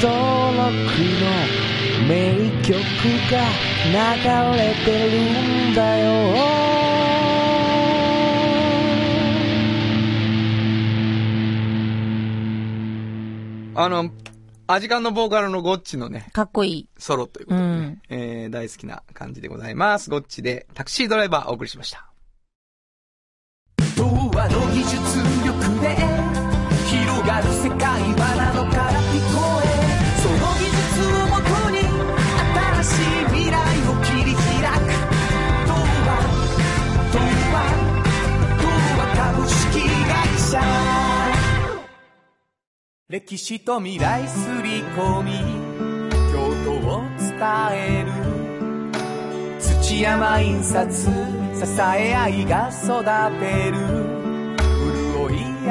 F: 登録の名曲が流れてるんだよ
B: あの、アジカンのボーカルのゴッチのね、
C: かっこいい。
B: ソロということでね、えー大好きな感じでございます。ゴッチでタクシードライバーお送りしました。
D: 童話の技術力で広がる世界はなのから聞こえその技術をもとに新しい未来を切り開く童話童話童話株式会社歴史と未来すり込み京都を伝える土山印刷支え合いが育てる潤い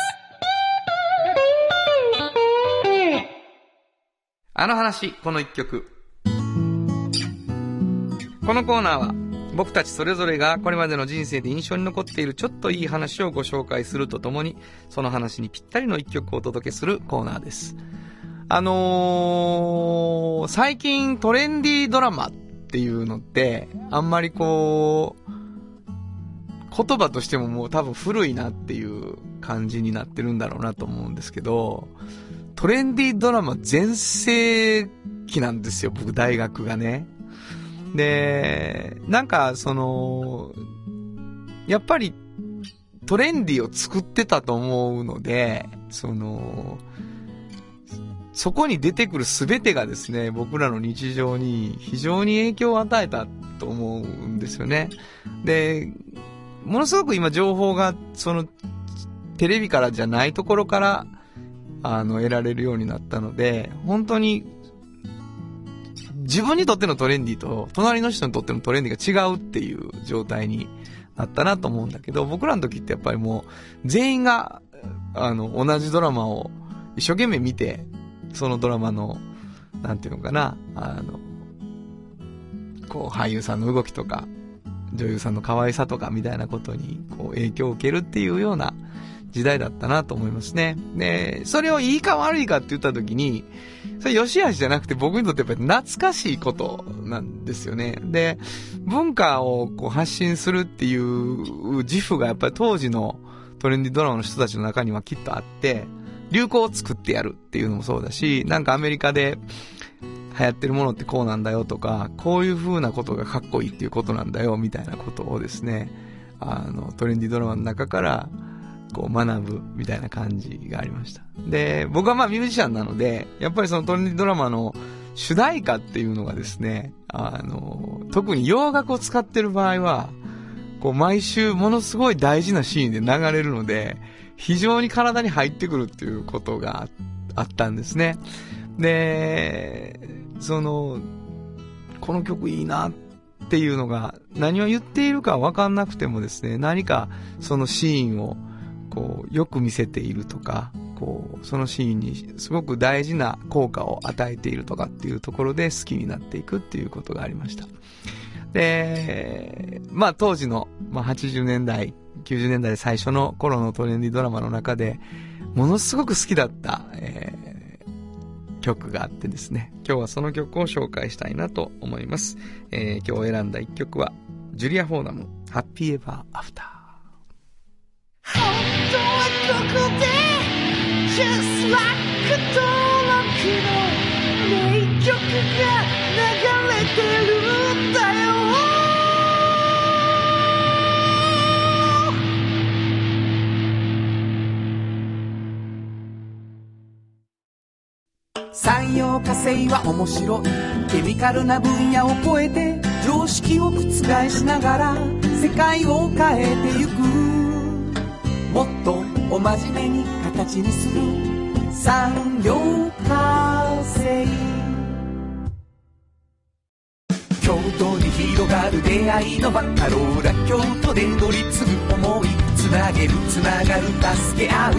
B: あの話、この一曲。このコーナーは、僕たちそれぞれがこれまでの人生で印象に残っているちょっといい話をご紹介するとともに、その話にぴったりの一曲をお届けするコーナーです。あのー、最近トレンディードラマっていうのって、あんまりこう、言葉としてももう多分古いなっていう感じになってるんだろうなと思うんですけど、トレンディードラマ全盛期なんですよ、僕大学がね。で、なんかその、やっぱりトレンディーを作ってたと思うので、その、そこに出てくる全てがですね、僕らの日常に非常に影響を与えたと思うんですよね。で、ものすごく今情報が、その、テレビからじゃないところから、あの、得られるようになったので、本当に、自分にとってのトレンディと、隣の人にとってのトレンディが違うっていう状態になったなと思うんだけど、僕らの時ってやっぱりもう、全員が、あの、同じドラマを一生懸命見て、そのドラマの、なんていうのかな、あの、こう、俳優さんの動きとか、女優さんの可愛さとかみたいなことに、こう、影響を受けるっていうような時代だったなと思いますね。で、それをいいか悪いかって言った時に、それ良し悪しじゃなくて僕にとってやっぱり懐かしいことなんですよね。で、文化をこう発信するっていう自負がやっぱり当時のトレンディドラマの人たちの中にはきっとあって、流行を作ってやるっていうのもそうだし、なんかアメリカで流行ってるものってこうなんだよとか、こういう風なことがかっこいいっていうことなんだよみたいなことをですね、あの、トレンディドラマの中から、こう学ぶみたいな感じがありました。で、僕はまあミュージシャンなので、やっぱりそのトレンディドラマの主題歌っていうのがですね、あの、特に洋楽を使ってる場合は、こう毎週ものすごい大事なシーンで流れるので、非常に体に入ってくるっていうことがあったんですね。で、その、この曲いいなっていうのが何を言っているかわかんなくてもですね、何かそのシーンをこう、よく見せているとか、こう、そのシーンにすごく大事な効果を与えているとかっていうところで好きになっていくっていうことがありました。で、まあ当時の、まあ80年代、90年代最初の頃のトレンディドラマの中で、ものすごく好きだった、えー曲があってですね、今日はその曲を紹介したいなと思います。えー今日選んだ一曲は、ジュリア・フォーナム、ハッピーエバーアフター。
G: 本当はここで Just like 登録の名曲が流れてるんだよ
D: 産業化成は面白いケミカルな分野を超えて常識を覆しながら世界を変えてゆくもっとお真面目に形にする産業化成京都に広がる出会いのバカローラ京都で乗り継ぐ思いつなげるつながる助け合う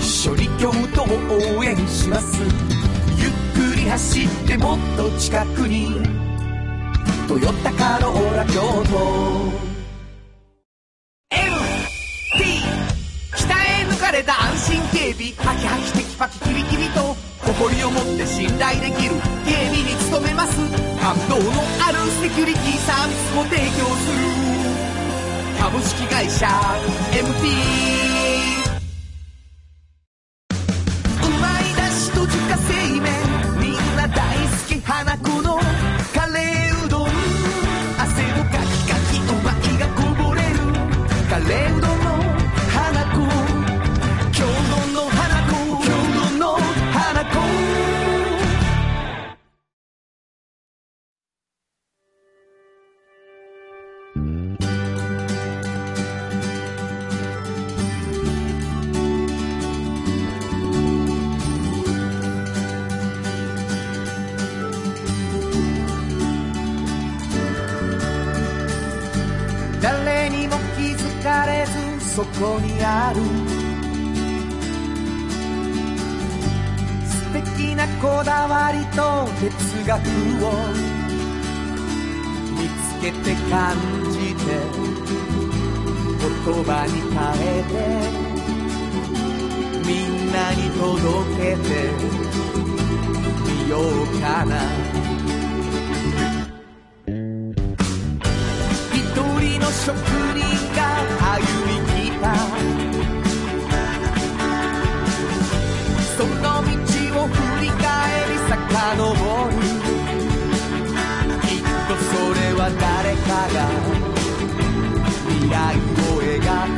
D: 一緒に京都を応援しますゆっくり走ってもっと近くに「トヨタカローラ京都」MT 北へ抜かれた安心警備ハキハキテキパキキビキビと誇りを持って信頼できる警備に努めます感動のあるセキュリティサービスも提供する株式会社 MT うまいだしと自家製麺みんな大好き花子のカレーうどん汗のかきかきうまいがこぼれるカレーうどんの花子京都の花子京都の花子
G: 「
D: 誰にも気づかれずそこにある素敵なこだわりと哲学を見つけて感じて言葉に変えてみんなに届けてみようかな一人の職人が歩み来たその道を振り返り遡るきっとそれは誰かが未来を描く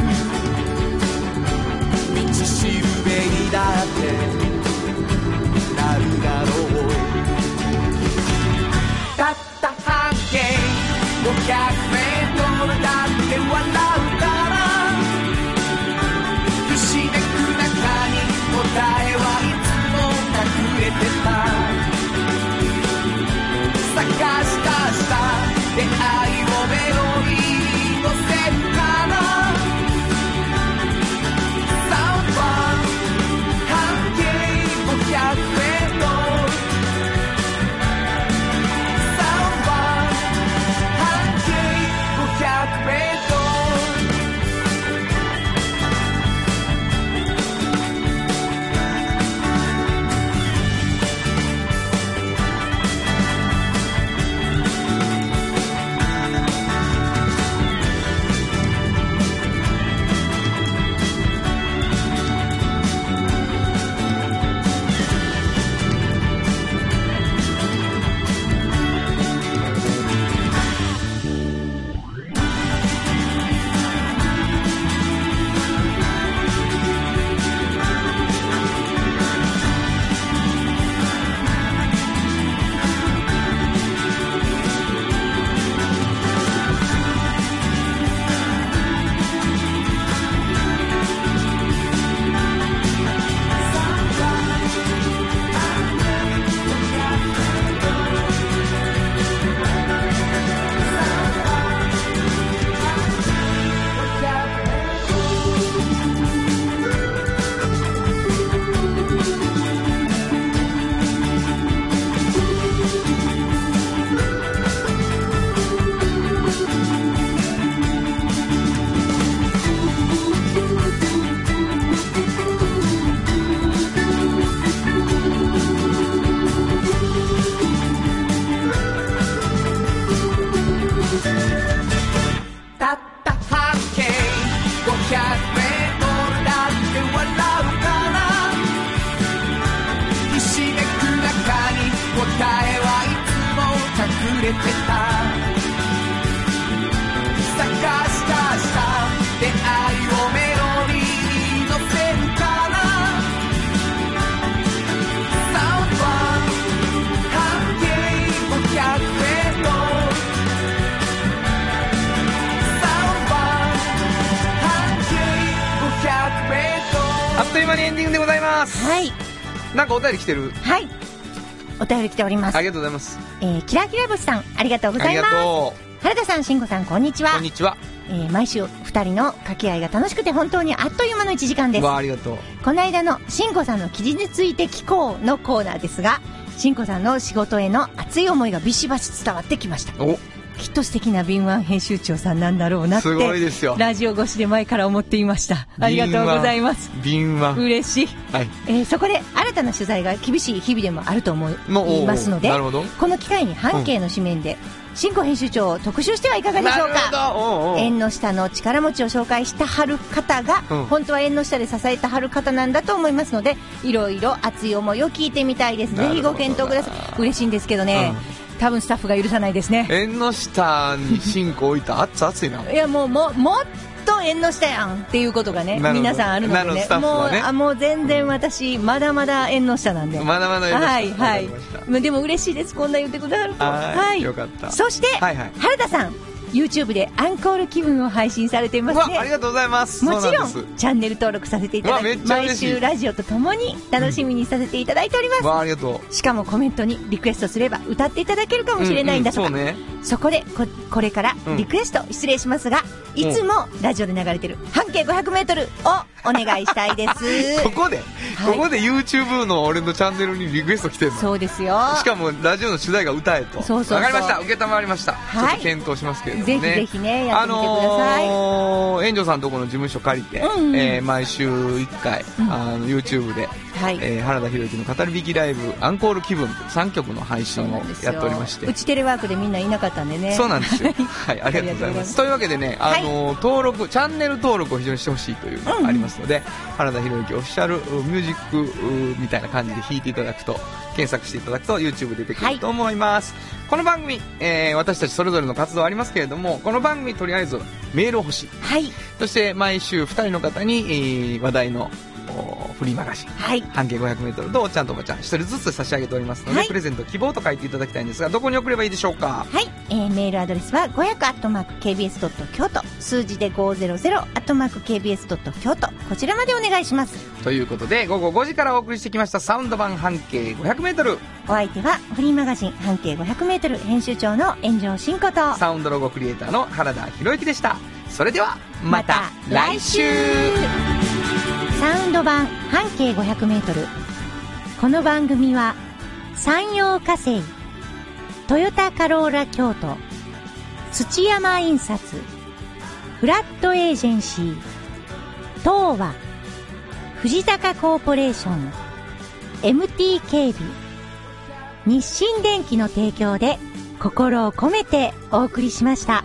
D: 道しるべにだってなるだろうたった半径500メートルだって笑うから不思議く中に答えはいつも隠れてた探し出した出会いをメロディーに乗せるからサウンド半径500メートルサンバ半径500メートルたった半径500メートルだって笑うからひしめく中に答えはいつも隠れてた探し出した出会いをメロディーに乗せるからサウンドは半径500メートル
B: あっという間にエンディングでございます。
C: はい。
B: なんかお便り来てる。
C: はい。お便り来ております
B: あ。りがとうございます。
C: えー、キラキラ星さん、ありがとうご
B: あ
C: ざ
B: り
C: い
B: が
C: ます。
B: と
C: 原田さん、慎吾さん、こんにち
B: う。こ
C: は
B: ん。にちは。
C: えー、毎週、二人の掛け合いが楽しくて本当にあっという間の1時間です。
B: わあ、ありがとう。
C: この間のしんこさんの記事について聞こうのコーナーですが、しんこさんの仕事への熱い思いがビシバシ伝わってきました。
B: お、
C: きっと素敵な敏腕編集長さんなんだろうなって。
B: すごいですよ
C: ラジオ越しで前から思っていました。ありがとうございます。
B: 敏腕。
C: 嬉しい。
B: はい。
C: えーそこで新たな取材が厳しい日々でもあると思い
B: もう
C: 言いますので
B: なるほど
C: この機会に半径の紙面で、新庫編集長を特集してはいかがでしょうか
B: なるほど。うんうん。
C: 縁の下の力持ちを紹介したはる方が、
B: うん
C: 本当は縁の下で支えたはる方なんだと思いますのでいろいろ熱い思いを聞いてみたいですぜひご検討ください嬉しいんですけどね、多分スタッフが許さないですね
B: 縁の下に進行置い た熱熱いな。
C: いやもうももっと縁の下やんっていうことがね
B: なるほど
C: 皆さんあるので
B: なるほど
C: ね
B: スタッフ
C: もう
B: はね
C: あもう全然私まだまだ縁の下なんで
B: まだまだ縁の下
C: はいは
B: わかり
C: い
B: ました
C: でも嬉しいですこんな言ってくださると
B: はいよかった
C: そして、
B: はいはい
C: 原田さん YouTube でアンコール気分を配信されていま
B: う
C: す
B: わ、
C: ね
B: ありがとうございます。
C: もちろ
B: そうなん
C: ん
B: で
C: チャンネル登録させていただ
B: うわめ
C: き
B: っちゃ嬉
C: 毎
B: しい。
C: 週ラジオとともに楽しみにさせていただいておりますす、
B: わあ、ありがとう。
C: しかもコメントにリクエストすれば歌っていただけるかもしれないんだとか、
B: うんうんそうね。
C: そこでここれから
B: うん
C: リクエスト失礼しますが、いつもラジオで流れてる半径 500m をお願いしたい で
B: こ
C: す
B: こで、
C: はい
B: ここで YouTube の俺のチャンネルにリクエスト来てるの。
C: そうですよ
B: しかもラジオの主題が歌えと。
C: そうそうそう
B: わかりました。受けたまわりました。
C: は
B: ちょっ
C: い
B: と検討しますけれども
C: ぜ
B: ね。
C: ひぜひねやってみてください、
B: あのー、園長さんとこの事務所借りて、
C: うんうん
B: えー毎週1回、あの YouTube で、
C: はい
B: えー原田裕之の語るべきライブ、アンコール気分3曲の配信をやっておりまして
C: う。ちテレワークでみんないなかったんでね
B: そうなん ですよ。はい、ありがとうございます。というわけでね、あの、登録、チャンネル登録を非常にしてほしいというのがありますので、原田博之オフィシャルうミュージックうみたいな感じで弾いていただくと、検索していただくと YouTube 出てくると思います。この番組、えー私たちそれぞれの活動ありますけれども、この番組とりあえずメールを欲しい。
C: はい
B: そして毎週2人の方に、えー話題のおフリーマガジン、
C: はい
B: 半径 500m とおっちゃんとおばちゃん1人ずつ差し上げておりますので、
C: はい
B: プレゼント希望と書いていただきたいんですがどこに送ればいいでしょうか
C: はい、えーメールアドレスは 500-kbs.kyoto 数字で 500-kbs.kyoto こちらまでお願いします
B: ということで午後5時からお送りしてきましたサウンド版半径 500m
C: お相手はフリーマガジン半径 500m 編集長の炎上真子と
B: サウンドロゴクリエイターの原田博之でしたそれではまた来週
C: サウンド版半径 500m この番組は山陽火星トヨタカローラ京都土山印刷フラットエージェンシー東和藤坂コーポレーション MT 警備日清電機の提供で心を込めてお送りしました。